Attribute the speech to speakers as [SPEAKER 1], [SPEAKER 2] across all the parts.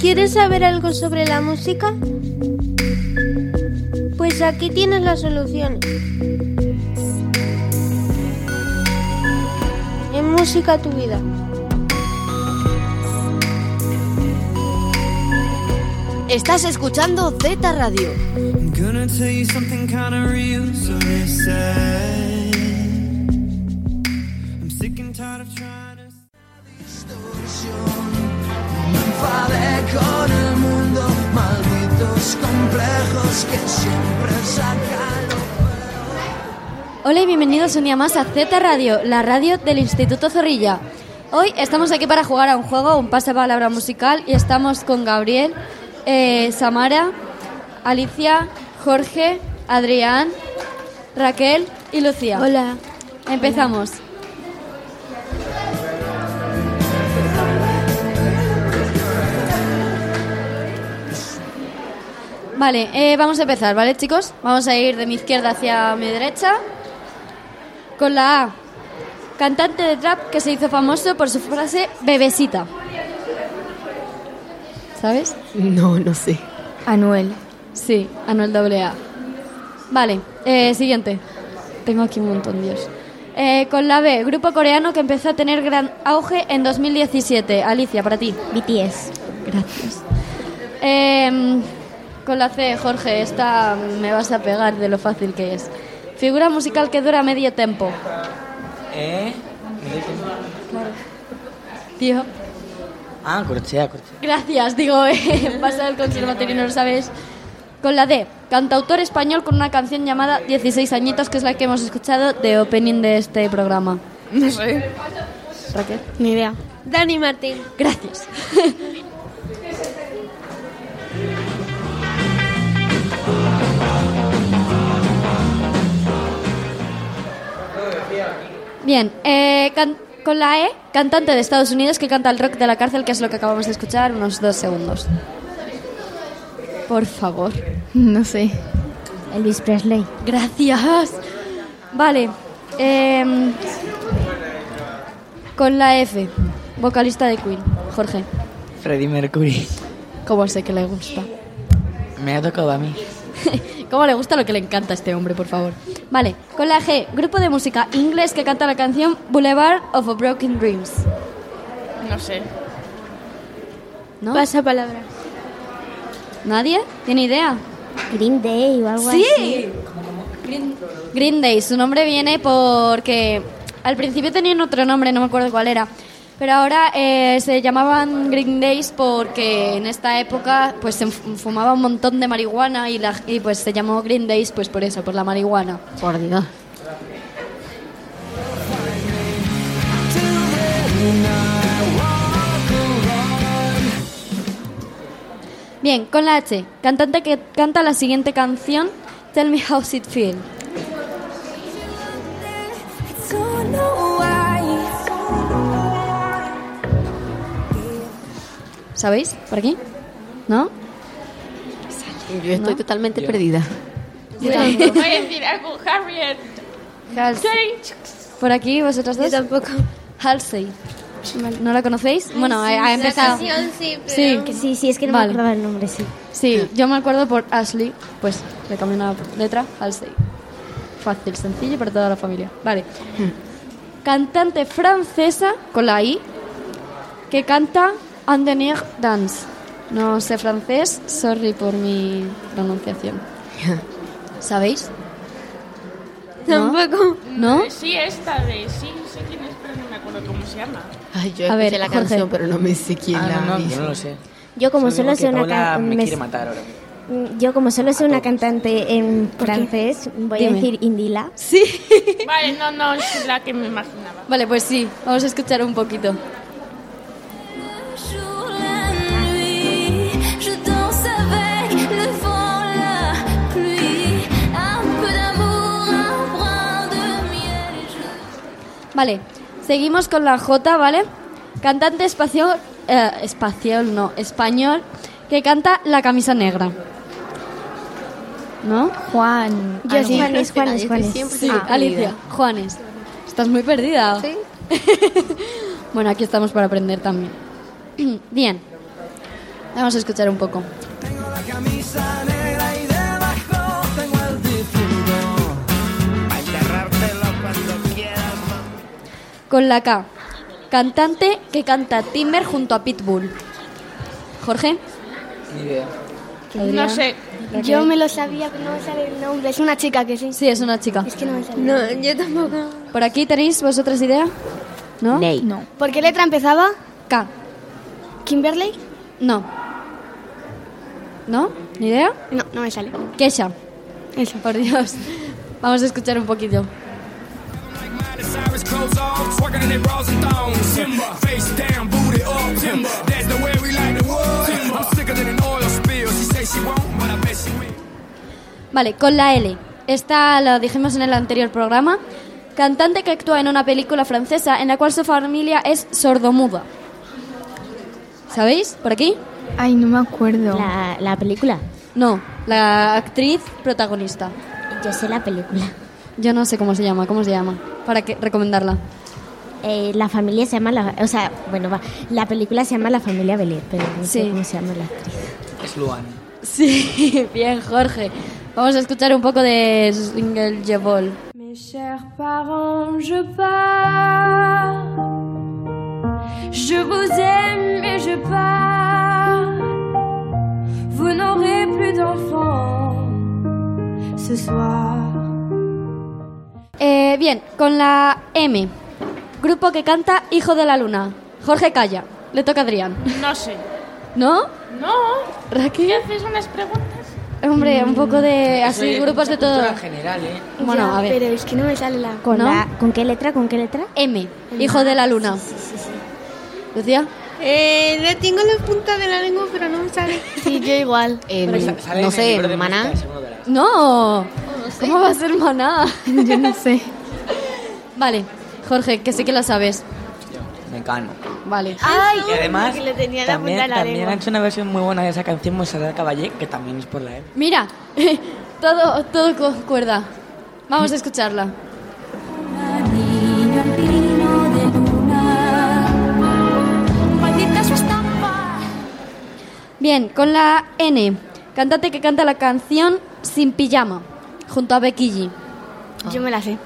[SPEAKER 1] ¿Quieres saber algo sobre la música? Pues aquí tienes la solución. En música tu vida.
[SPEAKER 2] Estás escuchando Z Radio.
[SPEAKER 3] I'm gonna tell you something kinda real, so they say. I'm sick and tired of trying to. Distorsión. Me enfadé con el mundo, malditos complejos que siempre sacan lo
[SPEAKER 4] Hola y bienvenidos un día más a Z Radio, la radio del Instituto Zorrilla. Hoy estamos aquí para jugar a un juego, un pasapalabra musical, y estamos con Gabriel, eh, Samara, Alicia, Jorge, Adrián, Raquel y Lucía.
[SPEAKER 1] Hola.
[SPEAKER 4] Empezamos. Vale, eh, vamos a empezar, ¿vale, chicos? Vamos a ir de mi izquierda hacia mi derecha. Con la A. Cantante de trap que se hizo famoso por su frase bebesita. ¿Sabes?
[SPEAKER 5] No, no sé.
[SPEAKER 6] Anuel.
[SPEAKER 4] Sí, Anuel doble A. Vale, eh, siguiente. Tengo aquí un montón, Dios. Eh, con la B, grupo coreano que empezó a tener gran auge en 2017. Alicia, para ti.
[SPEAKER 6] BTS.
[SPEAKER 4] Gracias. Em, con la C, Jorge, esta me vas a pegar de lo fácil que es. Figura musical que dura medio tiempo.
[SPEAKER 7] ¿Eh?
[SPEAKER 4] Tío,
[SPEAKER 7] Ah, corchea, corchea.
[SPEAKER 4] gracias, digo, eh, vas al conservatorio y no lo sabes. Con la D, cantautor español con una canción llamada 16 añitos, que es la que hemos escuchado de opening de este programa.
[SPEAKER 5] No sé.
[SPEAKER 4] Raquel.
[SPEAKER 5] Ni idea.
[SPEAKER 1] Dani Martín.
[SPEAKER 4] Gracias. Bien, eh, can- con la E, cantante de Estados Unidos que canta el rock de la cárcel, que es lo que acabamos de escuchar, unos dos segundos. Por favor.
[SPEAKER 5] No sé.
[SPEAKER 6] Elvis Presley.
[SPEAKER 4] Gracias. Vale. em, con la F, vocalista de Queen, Jorge.
[SPEAKER 7] Freddie Mercury.
[SPEAKER 4] ¿Cómo sé que le gusta?
[SPEAKER 7] Me ha tocado a mí.
[SPEAKER 4] ¿Cómo le gusta lo que le encanta a este hombre, por favor? Vale, con la G, grupo de música inglés que canta la canción Boulevard of a Broken Dreams.
[SPEAKER 5] No sé.
[SPEAKER 4] ¿No?
[SPEAKER 1] Pasa palabra.
[SPEAKER 4] ¿Nadie? ¿Tiene idea?
[SPEAKER 6] Green Day o algo así.
[SPEAKER 4] Green, Green Day, su nombre viene porque al principio tenían otro nombre, no me acuerdo cuál era, pero ahora eh, se llamaban Green Days porque en esta época pues se fu- fumaba un montón de marihuana y, la- y pues se llamó Green Days pues por eso, por la marihuana.
[SPEAKER 6] Por Dios.
[SPEAKER 4] Bien, con la H, cantante que canta la siguiente canción, Tell Me How's It Feel. ¿Sabéis? ¿Por aquí? ¿No?
[SPEAKER 5] Yo estoy
[SPEAKER 4] ¿No?
[SPEAKER 5] totalmente perdida.
[SPEAKER 8] Voy a decir algo, Harriet.
[SPEAKER 4] ¿Por aquí vosotras dos?
[SPEAKER 1] Yo tampoco.
[SPEAKER 4] Halsey. ¿No la conocéis? Bueno, ha- ha empezado.
[SPEAKER 1] canción sí, pero-
[SPEAKER 4] Sí,
[SPEAKER 6] Que sí, sí, es que no
[SPEAKER 4] Vale.
[SPEAKER 6] me acordaba el nombre, sí.
[SPEAKER 4] sí, yo me acuerdo por Ashley, pues le cambié una letra, Halsey. Fácil, sencillo para toda la familia. Vale. Cantante francesa, con la I, que canta Andenir Dance. No sé francés, sorry por mi pronunciación. ¿Sabéis? ¿No?
[SPEAKER 1] Tampoco.
[SPEAKER 4] ¿No?
[SPEAKER 8] Sí, esta de sí, no sé quién es, pero no me acuerdo cómo se llama.
[SPEAKER 5] Ay, yo
[SPEAKER 4] A
[SPEAKER 5] escuché
[SPEAKER 4] ver,
[SPEAKER 5] la
[SPEAKER 4] Jorge.
[SPEAKER 5] canción, pero no me sé quién
[SPEAKER 7] Ah,
[SPEAKER 5] la
[SPEAKER 7] no, no,
[SPEAKER 5] hizo.
[SPEAKER 7] yo no lo sé.
[SPEAKER 6] Yo como
[SPEAKER 7] Solo digo
[SPEAKER 6] solo sé
[SPEAKER 7] que
[SPEAKER 6] una
[SPEAKER 7] Paula
[SPEAKER 6] can-
[SPEAKER 7] me,
[SPEAKER 6] me- mm,
[SPEAKER 7] quiere matar ahora mismo.
[SPEAKER 6] Yo como solo sé una cantante en francés, voy
[SPEAKER 4] Dime.
[SPEAKER 6] a decir Indila.
[SPEAKER 8] Vale, no, no, es la que me imaginaba.
[SPEAKER 4] Vale, pues sí, vamos a escuchar un poquito. Vale, seguimos con la J, ¿vale? Cantante espacial, eh, espacial no, español, que canta La camisa negra. ¿No?
[SPEAKER 5] Juan.
[SPEAKER 6] Yo
[SPEAKER 5] Ah,
[SPEAKER 6] sí,
[SPEAKER 5] no.
[SPEAKER 6] Juanes, Juanes, Juanes. Ah.
[SPEAKER 4] Sí, Ah, Alicia, Juanes. Estás muy perdida. Sí. bueno, aquí estamos para aprender también. Bien. Vamos a escuchar un poco.
[SPEAKER 3] Tengo la camisa negra y debajo tengo el difunto. A enterrártelo cuando quieras,
[SPEAKER 4] Con la K. Cantante que canta Timber junto a Pitbull. Jorge.
[SPEAKER 7] Ni idea.
[SPEAKER 4] Adrián.
[SPEAKER 8] No sé.
[SPEAKER 6] Yo me lo sabía, pero no me sale el nombre. Es una chica que sí.
[SPEAKER 4] Sí, es una chica.
[SPEAKER 6] Es que no me sale.
[SPEAKER 1] No, yo tampoco.
[SPEAKER 4] ¿Por aquí tenéis vosotras idea? ¿No?
[SPEAKER 9] Ney.
[SPEAKER 5] No.
[SPEAKER 6] ¿Por qué letra empezaba?
[SPEAKER 4] K.
[SPEAKER 6] ¿Kimberley?
[SPEAKER 4] No. ¿No? ¿Ni idea?
[SPEAKER 6] No, no me sale.
[SPEAKER 4] Kesha.
[SPEAKER 6] Eso.
[SPEAKER 4] Por Dios. Vamos a escuchar un poquito. Vale, con la L. Esta la dijimos en el anterior programa. Cantante que actúa en una película francesa en la cual su familia es sordomuda. ¿Sabéis? ¿Por aquí?
[SPEAKER 5] Ay, no me acuerdo.
[SPEAKER 6] La, la película.
[SPEAKER 4] No, la actriz protagonista.
[SPEAKER 6] Yo sé la película.
[SPEAKER 4] Yo no sé cómo se llama, ¿cómo se llama? Para que recomendarla.
[SPEAKER 6] Eh, la familia se llama la, o sea, bueno, va, la película se llama La familia Belé, pero no
[SPEAKER 4] Sí.
[SPEAKER 6] sé cómo se llama la actriz.
[SPEAKER 7] Es Luan.
[SPEAKER 4] Sí, bien, Jorge. Vamos a escuchar un poco de Single Jebol.
[SPEAKER 10] Mes chers parents, je pars. Je vous aime et je pars. Vous n'aurez plus d'enfants ce soir.
[SPEAKER 4] Eh, bien, con la M. Grupo que canta Hijo de la Luna. Jorge Calla. Le toca a Adrián.
[SPEAKER 8] No sé.
[SPEAKER 4] ¿No?
[SPEAKER 8] No.
[SPEAKER 4] Raquel.
[SPEAKER 8] ¿Qué haces unas preguntas?
[SPEAKER 4] Hombre, un poco de así,
[SPEAKER 7] Soy
[SPEAKER 4] grupos de
[SPEAKER 7] mucha cultura
[SPEAKER 4] todo.
[SPEAKER 7] en general, ¿eh?
[SPEAKER 4] Bueno,
[SPEAKER 6] Ya,
[SPEAKER 4] a ver.
[SPEAKER 6] Pero es que no me sale la
[SPEAKER 4] ¿Con
[SPEAKER 6] con,
[SPEAKER 4] ¿No? la-
[SPEAKER 6] la, ¿con qué letra? ¿Con qué letra?
[SPEAKER 4] M. Hijo de la Luna. Lucía.
[SPEAKER 1] Eh, la tengo en la punta de la lengua, pero no me sale.
[SPEAKER 2] Sí, yo igual.
[SPEAKER 5] Em,
[SPEAKER 7] Sale en
[SPEAKER 2] no
[SPEAKER 7] el
[SPEAKER 2] sé,
[SPEAKER 7] libro de
[SPEAKER 2] maná.
[SPEAKER 7] música, seguro verás.
[SPEAKER 4] No. ¿Cómo va a ser maná?
[SPEAKER 5] Yo no sé.
[SPEAKER 4] Vale, Jorge, que sé que la sabes.
[SPEAKER 7] Me encanta.
[SPEAKER 4] Vale.
[SPEAKER 7] Y además,
[SPEAKER 2] que le tenía en la
[SPEAKER 7] también,
[SPEAKER 2] punta de la
[SPEAKER 7] también
[SPEAKER 2] lengua.
[SPEAKER 7] han hecho una versión muy buena de esa canción Monserrat Caballé, que también es por la E. M.
[SPEAKER 4] Mira, todo, todo concuerda. Vamos a escucharla. Bien, con la N. Cantante que canta la canción Sin Pijama, junto a Becky G.
[SPEAKER 2] Yo me la sé.
[SPEAKER 5] ¿Eh?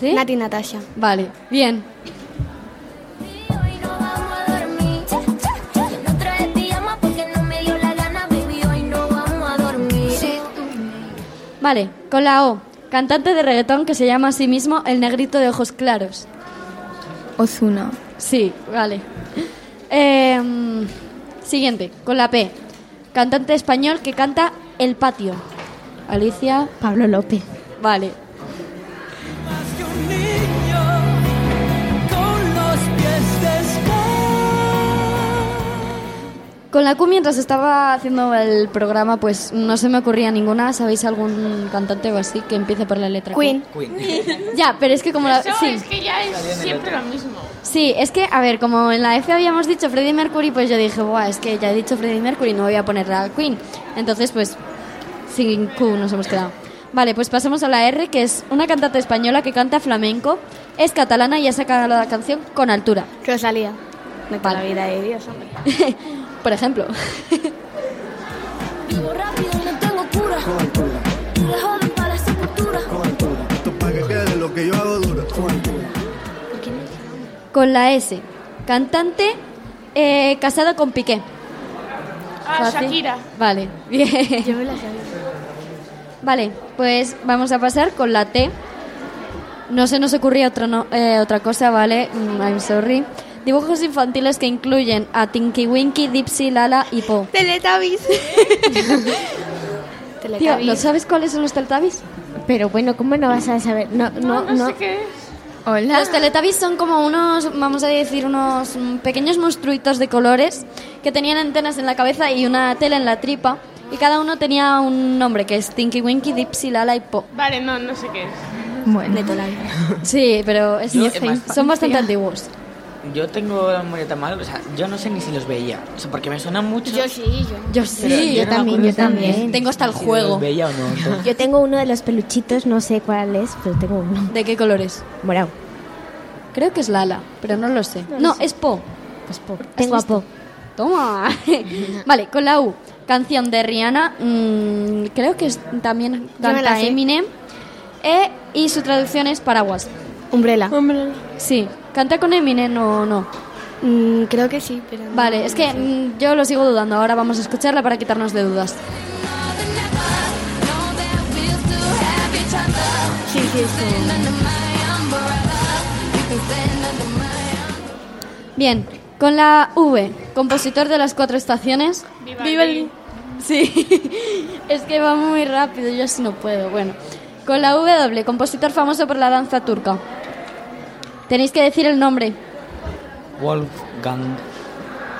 [SPEAKER 4] ¿Sí?
[SPEAKER 2] Nati Natasha.
[SPEAKER 4] Vale, bien. Vale, con la O. Cantante de reggaetón que se llama a sí mismo El Negrito de Ojos Claros.
[SPEAKER 5] Ozuna.
[SPEAKER 4] Sí, vale. Em, siguiente, con la P. Cantante español que canta El Patio. Alicia,
[SPEAKER 6] Pablo López.
[SPEAKER 4] vale.
[SPEAKER 3] más que un niño con los pies descalzos.
[SPEAKER 4] Con la Q, mientras estaba haciendo el programa, pues no se me ocurría ninguna. ¿Sabéis algún cantante o así que empiece por la letra? Q?
[SPEAKER 2] Queen.
[SPEAKER 7] Queen.
[SPEAKER 4] Ya, pero es que como la...
[SPEAKER 8] Eso
[SPEAKER 4] Sí,
[SPEAKER 8] es que ya es siempre lo mismo.
[SPEAKER 4] sí, es que, a ver, como en la F habíamos dicho Freddie Mercury, pues yo dije, Buah, es que ya he dicho Freddie Mercury, no voy a poner la Queen. Entonces, pues, sin Q nos hemos quedado. Vale, pues pasamos a la R, que es una cantante española que canta flamenco, es catalana y ha sacado la canción con altura,
[SPEAKER 2] Rosalía. No
[SPEAKER 4] Vale.
[SPEAKER 2] la vida de Dios, hombre.
[SPEAKER 4] por ejemplo. con la S, cantante eh, casada con Piqué.
[SPEAKER 8] Ah,
[SPEAKER 4] Fácil.
[SPEAKER 8] Shakira.
[SPEAKER 4] Vale, bien.
[SPEAKER 2] Yo me la sé.
[SPEAKER 4] Vale, pues vamos a pasar con la T. No se nos ocurría otra, no- eh, otra cosa, ¿vale? Mm, I'm sorry. Dibujos infantiles que incluyen a Tinky Winky, Dipsy, Lala y Po.
[SPEAKER 1] Teletubbies.
[SPEAKER 4] Tío, ¿no sabes cuáles son los Teletubbies?
[SPEAKER 6] Pero bueno, ¿cómo no vas a saber? No, no,
[SPEAKER 8] No,
[SPEAKER 6] no.
[SPEAKER 8] sé qué es.
[SPEAKER 5] Hola.
[SPEAKER 4] Los
[SPEAKER 2] Ah.
[SPEAKER 4] Teletubbies son como unos, vamos a decir, unos mm, pequeños monstruitos de colores que tenían antenas en la cabeza y una tela en la tripa. Y cada uno tenía un nombre, que es Tinky Winky, Dipsy, Lala y Po.
[SPEAKER 8] Vale, no, no sé qué es.
[SPEAKER 5] Bueno.
[SPEAKER 4] Sí, pero es-
[SPEAKER 7] Yo, eh, más-
[SPEAKER 4] son bastante antiguos.
[SPEAKER 7] Yo tengo la memoria tan mal, o sea, yo no sé ni si los veía. O sea, porque me suenan mucho.
[SPEAKER 2] Yo sí, yo.
[SPEAKER 4] Yo
[SPEAKER 7] pero
[SPEAKER 4] sí,
[SPEAKER 7] no me acuerdo si
[SPEAKER 4] Tengo hasta el
[SPEAKER 7] los
[SPEAKER 4] juego.
[SPEAKER 7] veía o no. entonces.
[SPEAKER 6] Yo tengo uno de los peluchitos, no sé cuál es, pero tengo uno.
[SPEAKER 4] ¿De qué colores?
[SPEAKER 6] Morado.
[SPEAKER 4] Creo que es Lala, pero no lo sé. No, es Po.
[SPEAKER 6] Pues po.
[SPEAKER 4] ¿Has
[SPEAKER 6] Tengo a
[SPEAKER 4] visto?
[SPEAKER 6] Po.
[SPEAKER 4] Toma. vale, con la U. Canción de Rihanna. mm, creo que es, también
[SPEAKER 2] me la
[SPEAKER 4] canta
[SPEAKER 2] sé.
[SPEAKER 4] Eminem. E, y su traducción es Paraguas.
[SPEAKER 2] Umbrella.
[SPEAKER 1] Hombre,
[SPEAKER 4] Sí. ¿Canta con Eminem o no?
[SPEAKER 2] Mm, creo que sí, pero. no-
[SPEAKER 4] Vale, es que mm, yo lo sigo dudando. Ahora vamos a escucharla para quitarnos de dudas.
[SPEAKER 2] Sí, sí, es como-
[SPEAKER 4] Bien, con la V, compositor de las cuatro estaciones.
[SPEAKER 8] Vivaldi.
[SPEAKER 4] Sí, es que va muy rápido, yo así no puedo. Bueno, con la W, compositor famoso por la danza turca. Tenéis que decir el nombre.
[SPEAKER 7] Wolfgang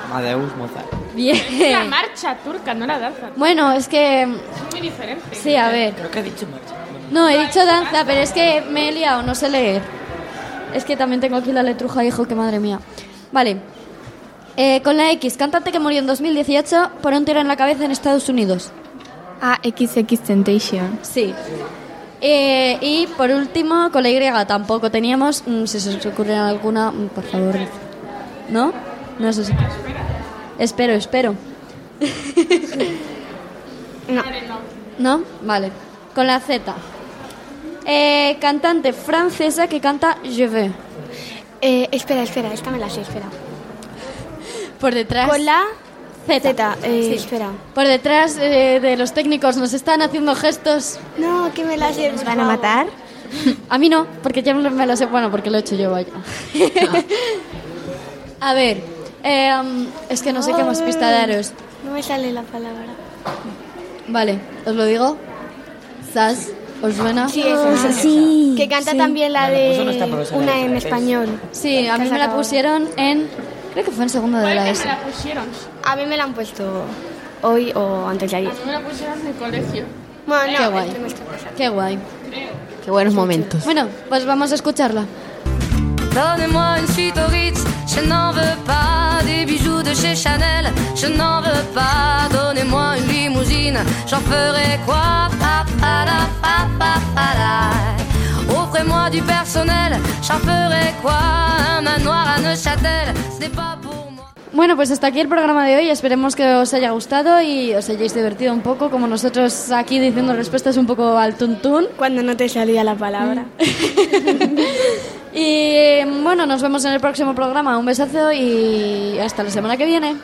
[SPEAKER 7] Amadeus Mozart.
[SPEAKER 8] La
[SPEAKER 4] Bien.
[SPEAKER 8] marcha turca, no la danza.
[SPEAKER 4] Bueno, es que.
[SPEAKER 8] Es muy diferente.
[SPEAKER 4] Sí, a ver.
[SPEAKER 7] Creo que he dicho marcha. Bueno,
[SPEAKER 4] No, he dicho danza, pero es que me he liado, no sé leer. Es que también tengo aquí la letruja, hijo, que madre mía. Vale. Eh, con la X, cantante que murió en 2018 por un tiro en la cabeza en Estados Unidos.
[SPEAKER 2] Ah,
[SPEAKER 5] AXX Temptation.
[SPEAKER 4] Sí. Eh, y por último, con la Y tampoco teníamos. Mm, si se os ocurre alguna, mm, por favor. ¿No? No sé si. Espero, espero. no. ¿No? Vale. Con la Z. Eh, cantante francesa que canta Je veux.
[SPEAKER 2] Eh, espera, espera, esta me la sé, espera.
[SPEAKER 4] Por detrás.
[SPEAKER 2] Con la
[SPEAKER 4] Z.
[SPEAKER 2] Z, eh,
[SPEAKER 4] Sí.
[SPEAKER 2] espera.
[SPEAKER 4] Por detrás eh, de los técnicos nos están haciendo gestos.
[SPEAKER 2] No, que me la sé.
[SPEAKER 6] ¿Nos
[SPEAKER 2] por
[SPEAKER 6] van a
[SPEAKER 2] favor.
[SPEAKER 6] matar?
[SPEAKER 4] A mí no, porque ya me lo- me lo sé. Bueno, porque lo he hecho yo, vaya. A ver, em, es que no sé qué más pista daros.
[SPEAKER 2] No me sale la palabra.
[SPEAKER 4] Vale, os lo digo. ¿Sas? ¿Os suena?
[SPEAKER 2] Sí, esa, esa.
[SPEAKER 6] Sí.
[SPEAKER 2] Que canta también la
[SPEAKER 7] Vale, pues uno está por
[SPEAKER 2] de
[SPEAKER 7] usar
[SPEAKER 2] una
[SPEAKER 7] el
[SPEAKER 2] en
[SPEAKER 7] francés.
[SPEAKER 2] español.
[SPEAKER 4] Sí, a mí me la pusieron en... Creo que fue en segundo de
[SPEAKER 8] ¿Cuál
[SPEAKER 4] la
[SPEAKER 8] que me
[SPEAKER 4] ESO.
[SPEAKER 8] la pusieron?
[SPEAKER 2] A mí me la han puesto hoy o antes de
[SPEAKER 8] A
[SPEAKER 2] ayer.
[SPEAKER 8] mí me la pusieron en el colegio.
[SPEAKER 2] Bueno,
[SPEAKER 4] Qué
[SPEAKER 2] no,
[SPEAKER 4] guay.
[SPEAKER 2] es que no está pasando.
[SPEAKER 4] Qué guay.
[SPEAKER 9] Qué buenos momentos.
[SPEAKER 4] Bueno, pues vamos a escucharla.
[SPEAKER 10] Donnez-moi une suite au Ritz, je n'en veux pas. Des bijoux de chez Chanel, je n'en veux pas. Donnez-moi une limousine, j'en ferai quoi Pa, pa, la, pa, pa, pa, la. Offrez-moi du personnel, j'en ferai quoi Un manoir à Neuchâtel, ce n'est pas pour moi.
[SPEAKER 4] Bueno, pues hasta aquí el programa de hoy. Esperemos que os haya gustado y os hayáis divertido un poco, como nosotros aquí diciendo respuestas un poco al tuntún.
[SPEAKER 2] Cuando no te salía la palabra.
[SPEAKER 4] Y em, bueno, nos vemos en el próximo programa. Un besazo y hasta la semana que viene.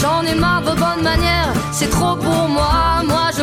[SPEAKER 10] J'en ai marre de vos bonnes manières, c'est trop pour moi. Moi je